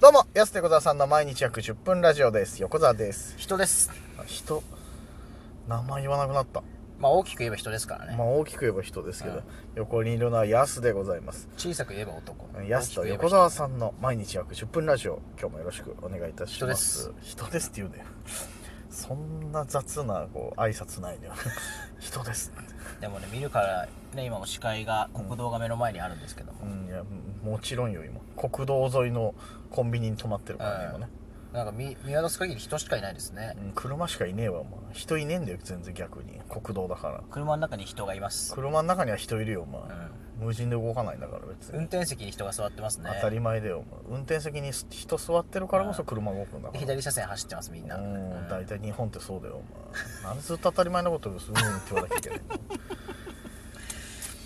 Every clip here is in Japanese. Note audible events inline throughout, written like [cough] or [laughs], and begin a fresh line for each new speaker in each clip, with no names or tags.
どうも、安手小沢さんの毎日約10分ラジオです。横澤です。
人です。
あ人、名前言わなくなった。
まあ大きく言えば人ですからね。
まあ大きく言えば人ですけ
う
ど
ん、
横にいるのは安でございます。
小さく言えば男。
安と
大きく言えば
横澤さんの毎日約10分ラジオ、今日もよろしくお願いいたします。人です。って言うね。そんな雑なこう挨拶ないのよ。 [laughs] 人ですって。
人でもね、見るから、ね、今も視界が、国道が目の前にあるんですけども。
うん、いや、もちろんよ、今。国道沿いのコンビニに泊まってるからね、今ね。
なんか見見渡す限り人しかいないですね。
うん車しかいねえわ、お前。人いねえんだよ、全然逆に。国道だから。
車の中に人がいます。
車の中には人いるよ、お前。
うん。
無人で動かないんだから別に、
運転席に人が座ってますね。
当たり前だよ運転席に人座ってるからこそ車動くんだか
で
ら
左車線走ってます、みんな。
うん大
う
体日本ってそうだよお前なんでずっと当たり前のことをすぐに言わなきゃいけないの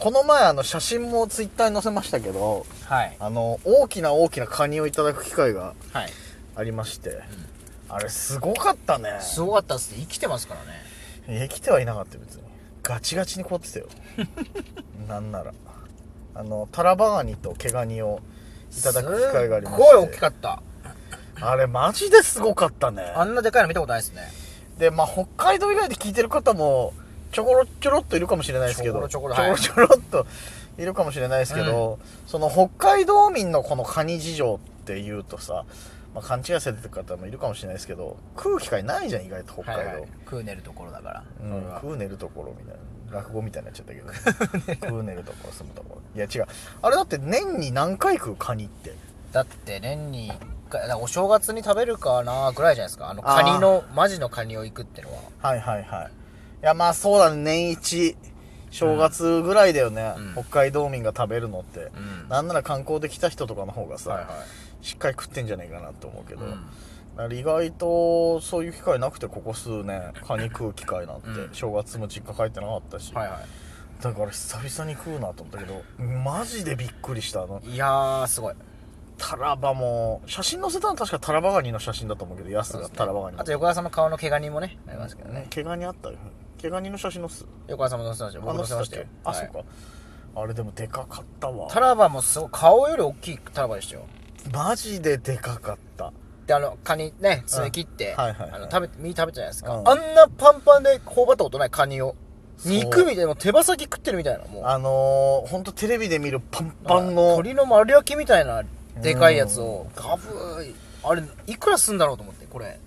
この前あの写真もツイッターに載せましたけど
んはい。
あの大きな大きなカニをいただく機会が
はい。
ありまして、あれすごかったね
すごかったっすね。生きてますから
生
ね。
きてはいなかったよ別にガチガチに凍ってた
[laughs]
よなんならあのタラバガニと毛ガニをいただく機会がありまして
すっごい大きかった。
あれマジですごかったね
あんなでかいの見たことないですね。
でまあ北海道以外で聞いてる方もちょころちょろっといるかもしれないですけど
ちょころちょころはい
ちょろちょろっといるかもしれないですけど、その北海道民のこのカニ事情っていうとさ、まあ、勘違いされてる方もいるかもしれないですけど食う機会ないじゃん意外と北海道、
はいはい。食う寝るところだから。
うん
それは
食う寝るところみたいな落語みたいになっちゃ
[laughs]
ったけど食う寝るところ住むところいや違うあれだって年に何回食うカニって
だって年に1回だからお正月に食べるかなぐらいじゃないですかあのカニのマジのカニを行くってのは
はいはいはいいやまあそうだね年一正月ぐらいだよね、
うん
北海道民が食べるのって、
うん
なんなら観光で来た人とかの方がさ、
はいは
しっかり食ってんじゃねえかなと思うけ
い、
ど、
う
だ
ん
から意外とそういう機会なくてここ数年カニ食う機会なんて、
うん
正月も実家帰ってなかったし、
はいは
だから久々に食うなと思ったけどマジでびっくりしたあの
いいやーすごい
タラバも写真載せたの確かタラバガニの写真だと思うけどヤスがタラバガニの
あと横田さんの顔の毛ガニもねありますけどね
毛ガニあったよ毛ガニの写真載す
横田さんも載せてましたよ僕載せましたよ
あ、
はい
そっかあれでもでかかったわ
タラバもすごい顔より大きいタラバでしたよ
マジででかかった
であのカニね爪切って
はいはいはい
あの食べ身食べたじゃないですか、
うん
あんなパンパンで頬張ったことないカニを
そう
肉みたいなもう手羽先食ってるみたいなもう
あのー、ほんとテレビで見るパンパンの
鳥の丸焼きみたいなでかいやつをガブーあれいくらすんだろうと思ってこれ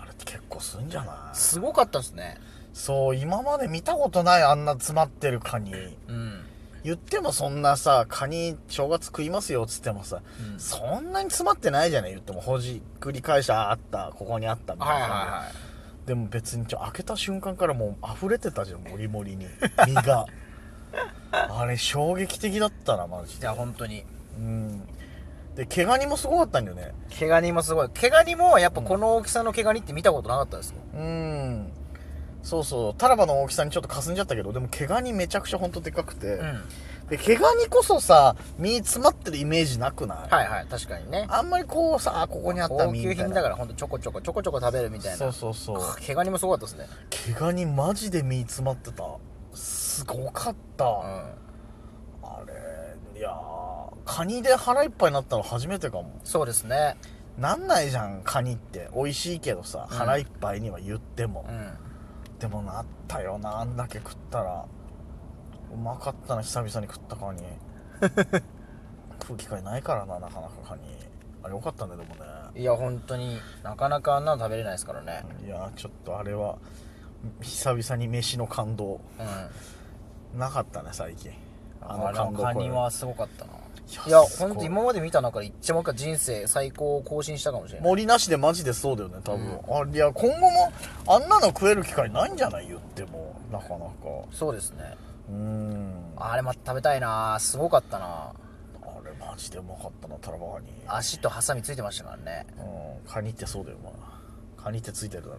あれって結構すんじゃない
すごかったですね
そう今まで見たことないあんな詰まってるカニ
うん、
言ってもそんなさカニ正月食いますよっつってもさ
うん
そんなに詰まってないじゃない言ってもほじくり返しああったここにあったみたいな
はいはいは
でも別にちょ開けた瞬間からもう溢れてたじゃんモリモリに身
[laughs]
があれ衝撃的だったなマジ
い
で
じゃあ本当に
うんで毛ガニもすごかったんだよね
毛ガニもすごい毛ガニもやっぱこの大きさの毛ガニって見たことなかったですよ
うんそうそうタラバの大きさにちょっとかすんじゃったけどでも毛ガニめちゃくちゃほんとでかくて、
うん
で毛ガニこそさ身詰まってるイメージなくない、
はいはい確かにね
あんまりこうさあここにあった
高
身
級
みたい
品
な
だからほんとちょこちょこちょこちょこ食べるみたいな
そうそうそう
あ毛ガニもすごかったですね、
毛ガニマジで身詰まってたすごかった、
うん、
あれいやーカニで腹いっぱいになったの初めてかも
そうですね
なんないじゃんカニって美味しいけどさ
うん
腹いっぱいには言っても
う、ん
でもなったよなあんだけ食ったらうまかったな久々に食ったカ
[laughs]
ニ食う機会ないからななかなかカニあれよかったねでもね
いや本当になかなかあんなの食べれないですからね
いやーちょっとあれは久々に飯の感動
うん
なかったね最近あ
あ
の
の
感動
カニは
こ
すごかったない
れ
いや
すご
本当今まで見た中で一番人生最高を更新したかもしれない
森なしでマジでそうだよね多分、あいや今後もあんなの食える機会ないんじゃない言ってもなかなか
そうですね
うーんあ
あれまた食べたいなすごかったな
れマジでうまかったなタラバガニ
足とハサミついてましたからね
うんカニってそうだよまあカニってついてるだろ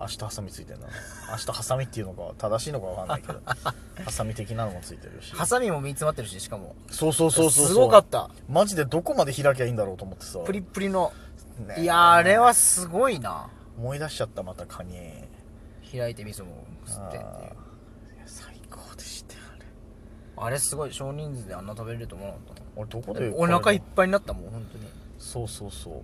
明日ハサミついてるな明日ハサミっていうのが正しいのかわかんない [laughs] けどハサミ的なのもついてるし
ハサミも身詰まってるししかも
そうそうそうそうそう
すごかった
マジでどこまで開きゃいいんだろうと思ってさ
プリップリの
ねえ
いやーあれはすごいな
思い出しちゃったまたカニ
開いてみそも吸
あ
っ
ー
て
い
って
や
いう
最高でしたよあれ
あれすごい少人数であんな食べれると思わなかった
俺どこで
お腹いっぱいになったもん本当に
そうそうそう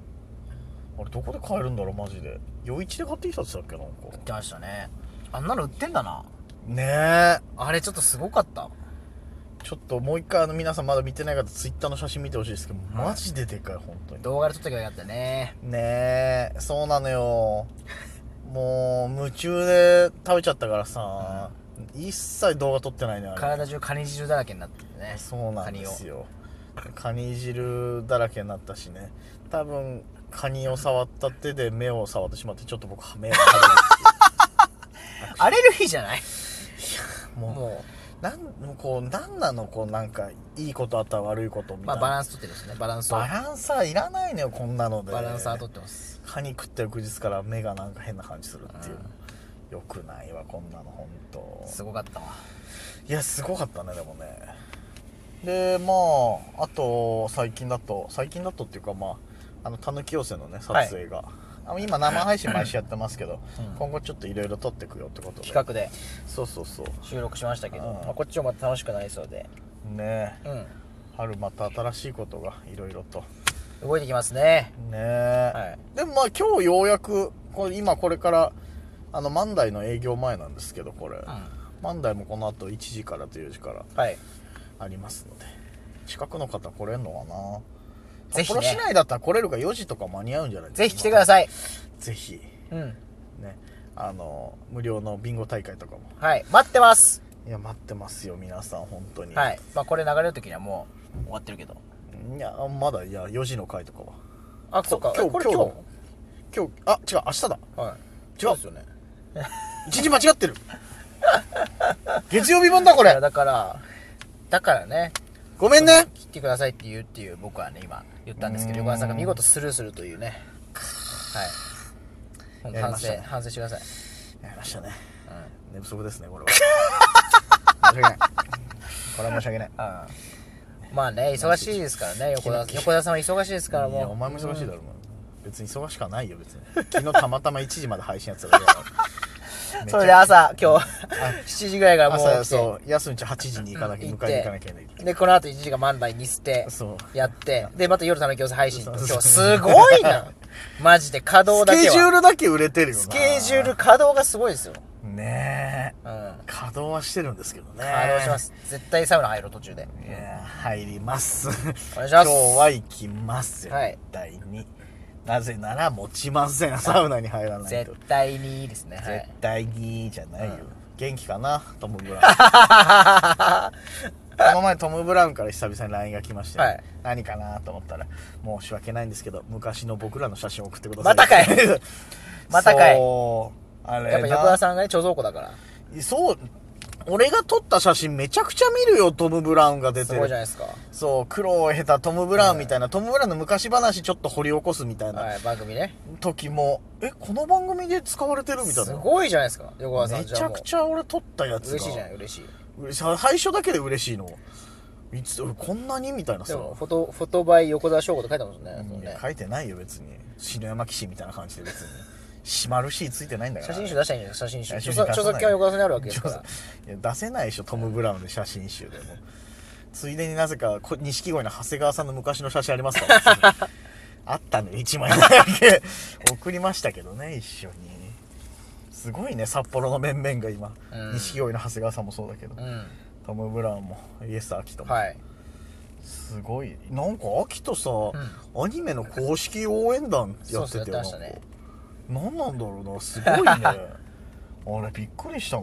あれどこで買えるんだろうマジで余市で買ってきたって言ってたっけなん
売
か
ってましたねあんなの売ってんだな
ねえ
あれちょっとすごかった
ちょっともう一回あの皆さんまだ見てない方ツイッターの写真見てほしいですけど
はい
マジででかい本当に
動画で撮っときゃよかったね
ねえそうなの [laughs] よもう夢中で食べちゃったからさ、一切動画撮ってないのよあれ
体中カニ汁だらけになっててね
そうなんですよカニ汁だらけになったしね多分カニを触った手で目を触ってしまってちょっと僕目が腫 [laughs]
アレルギーじゃな
れ
い
るも
も
うなんもうこうなんなのこうなんかいいことあったら悪いこと
う
み
ま
たい
あ
な、
バランス取ってるしねバランスを
バランサーいらないのよこんなので
バランサー取ってます
カニ食った翌日から目がなんか変な感じするっていう、よくないわこんなの本当
すごかったわ
いやすごかったねでもねでまああと最近だと最近だとっていうかまああのたぬき寄せのね撮影が、あの今生配信毎週やってますけど、
うん
今後ちょっといろいろ撮ってくよってことで
企画で
そうそうそう
収録しましたけど、
うん
まあ、こっちもまた楽しくなりそうで
ねえ
うん
春また新しいことがいろいろと
動いてきますね
ねえ、
はい
でもまあ今日ようやくこれ今これからあの万代の営業前なんですけどこれ、万代もこの後1時からと4時から
はい
ありますので近くの方来れるのかな
ぜひ
札
ね
幌市内だったら来れるか4時とか間に合うんじゃない
ぜひ来てください
いぜひ
うん
ねあの無料のビンゴ大会とかも
はい待ってます
いや待ってますよ皆さん本当に、
はいまあこれ流れる時にはもう終わってるけど
いやまだいや4時の回とかは
あそうか
今
えこ
日
れ今
今日今日あ違う明日だ
日はい
違う
ですよね
一日間違ってる月曜日分だこ
これ
れ
だからだからね
ごめんね
切ってくださいって言うっていう僕はね今言ったんですけど
うーん
横山さんが見事スルーするというねはい
やり
反
まし
省、
たね
反省してください、
やりましたね
う
寝不足ですねこれは申し訳ないこれは申し訳ない
んまあね忙しいですからね横田横田さんは忙しいですから
い
もう
やお前も忙しいだろ、もう別に忙しくはないよ別に昨日たまたま1時まで配信やってただけだから [laughs]
それで朝今日7時ぐらいからもう
朝
起きて
そう休みちゃん8時に行かなきゃ
行
迎
って
えに行かなきゃいけないって
でこの後1時間漫才に捨て
そう
やってでまた夜ため教室配信と
そう
今
そう
日すごいなマジで稼働だ
ス
け
ケジュー
は
ルだけ売れてるよな
スケジュール稼働がすごいですよ
ねえ
うん
稼働はしてるんですけどね
稼働します絶対サウナ入ろう途中で
いや入ります
お願いします
今日は行きます
はい
絶対に、なぜなら持ちませんサウナに入らない
絶
と
対にいいですねは
絶
い
対にじゃないよ、
うん
元気かなトム・ブラウン
[laughs]
この前トム・ブラウンから久々に LINE が来まして、
はい
何かなと思ったら申し訳ないんですけど昔の僕らの写真を送ってください
またかい
[laughs]
またかい
そうあれ
やっぱ横田さんがね貯蔵庫だから
んそう俺が撮った写真めちゃくちゃ見るよトム・ブラウンが出
す
て
ごいじゃ
る
ないですか
そう苦労を経たトム・ブラウンみたいな、トム・ブラウンの昔話ちょっと掘り起こすみたいな
はい番組ね
時も、えこの番組で使われてるみたい
す
な
ごいじゃないですか横田さん
めちゃく
ゃ
ちゃ俺撮ったやつが
嬉しいじゃない嬉しいう
れさ最初だけで嬉しいのいつ俺こんなにみたいな
で
さ
もフォトフォトバイ横田翔吾って書いてますもんねその
い
ね
や書いてないよ別に篠山騎士みたいな感じで別に締まるしついてないんだか
写
ら
真集出したらいいんですか写真集
写真
著
集
作著作権は横田さんにあるわけで
ち
す
ょ
か
っ
ら
といや出せないでしょトム・ブラウンの写真集でもついでになぜかこ錦鯉の長谷川さんの昔の写真ありますからあった
[laughs]
のよ1枚だけ送りましたけどね一緒にすごいね札幌の面々が今
うん
錦鯉、の長谷川さんもそうだけど、
うん
トム・ブラウンもイエス・アキトも、
はい
すごいなんか秋とさ、
う
アニメの公式応援団やって
そうそうやっ
たよな
てまし
ん
た
か
ね
何なんだろうなすごい
[laughs]
ねあれびっくりしたな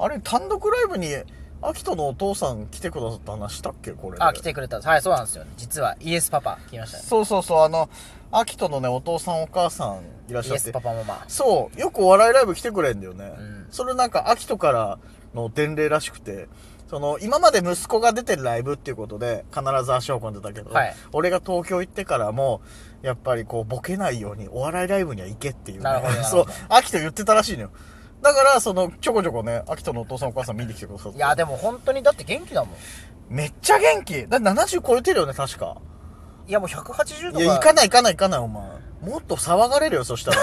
あれ単独ライブに秋とのお父さん来てくださった話したっけこれで
あ来てくれたはいそうなんですよ実はイエスパパ来ましたね
そうそうそうあの秋とのねお父さんお母さんいらっし
イ
ゃ
エ
っ
ス
て
パパママ
そうよくお笑いライブ来てくれんだよね、
うん
それなんか秋とからの伝令らしくてその今まで息子が出てるライブっていうことで必ず足を運んでたけど、
はい
俺が東京行ってからもやっぱりこうボケないようにお笑いライブには行けっていう、ね、
なるほどなる
[laughs]
ほ
そ
ど
う秋と言ってたらしいのよだからそのちょこちょこね秋とのお父さんお母さん見に来てくださって
いやでも本当にだって元気だもん
めっちゃ元気だって70超えてるよね確か
いやもう180度
い
が [laughs]
や行かない行かない行かないお前もっと騒がれるよそしたら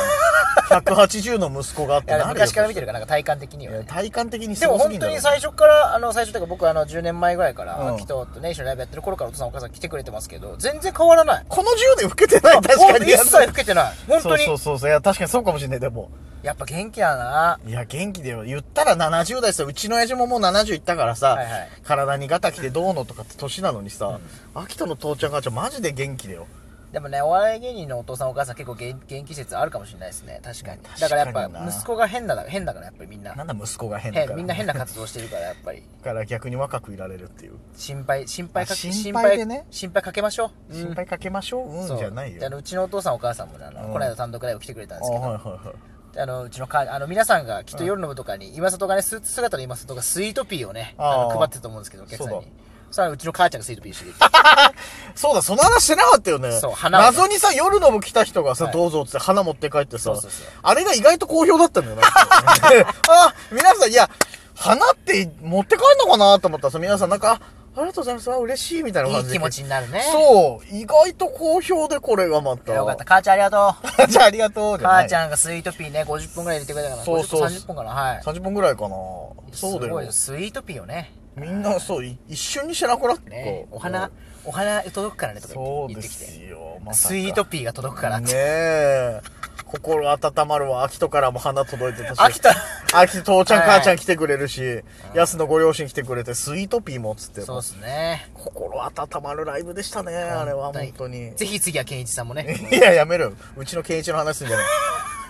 180の息子があっ
い
て
や
なるよ
昔から見てるからなんか体感的には、
いや
ね、
体感的にす
でも
ごす
本
ぎんだ
当
ろう
に最初からあの最初というか僕あの10年前ぐらいから、
うん
秋とね一緒にライブやってる頃からお父さんお母さん来てくれてますけど全然変わらない
この10年老けてない確かに
一切老けてない本当に
そうそうそうそういや確かにそうかもしれないでも
やっぱ元気だない
や元気だよ言ったら70代さうちの親父ももう70いったからさ、
はいはい
体にガタきてどうのとかって年なのにさ、秋田の父ちゃん母ちゃんマジで元気だよ
でもねお笑い芸人のお父さんお母さん結構元元気説あるかもしれないですね確かに
確かにな
だからやっぱ息子が変なだ変だからやっぱりみんな
なんだ息子が変だ
変
から
みんな変
だ
な活動してるからやっぱり
[laughs] から逆に若くいられるっていう、
心配心配か
あ心配でね
心配心配かけましょう、うん
心配かけましょううん
そう
じゃないよ
であのうちのお父さんお母さんもねあの、
うん
この間単独ライブ来てくれたん
あ
ですけど
はいはいはい
あのうちのかあの皆さんがきっと夜の部とかに、今里がねスーツ姿の今里がスイートピーをねあ
あー
の配ってたと思うんですけどお客さん
そう
に
だ
さあうちの母ちゃんがスイートピーしてきて
そうだその話してなかったよね
そう花をね
謎にさ夜の部来た人がさ、
はい
どうぞっつって花持って帰ってさ
そうそうそう
あれが意外と好評だったんだよ
[laughs]
なあ皆さんいや花って持って帰んのかなと思ったらさ皆さんなんかあありがとうございますあ嬉しいみたいない感
い
じで
気持ちになるね
そう意外と好評でこれがまた
よかった母ちゃんありがとう
た [laughs] じゃあありがとうじゃない
母ちゃんがスイートピーね50分ぐらい入れてくれたから
そうそう
50 30分かなはい
30分ぐらいかなそうだ
すごい
よ
よスイートピーをね
みんなそうい一瞬にしてなくなって、
ねお花お花届くからねとか言っ
そう
て言
で
ってきて
すよまさか
スイートピーが届くからっ
ね
て
え心温まるわ秋人からも花届いてたし
秋田
秋人父ちゃん
はいはい
母ちゃん来てくれるし、安のご両親来てくれてスイートピーもっつって
そうですね
心温まるライブでしたねあれは本当に
ぜひ次は健一さんもね
いややめろようちの健一の話すんじゃない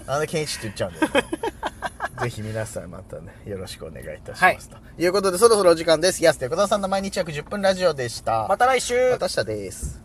なんで健一って言っちゃ
[laughs]
うんだよぜひ皆さんまたねよろしくお願いいたします、ということでそろそろお時間です安手小沢さんの毎日約10分ラジオでした
また来週
また明日です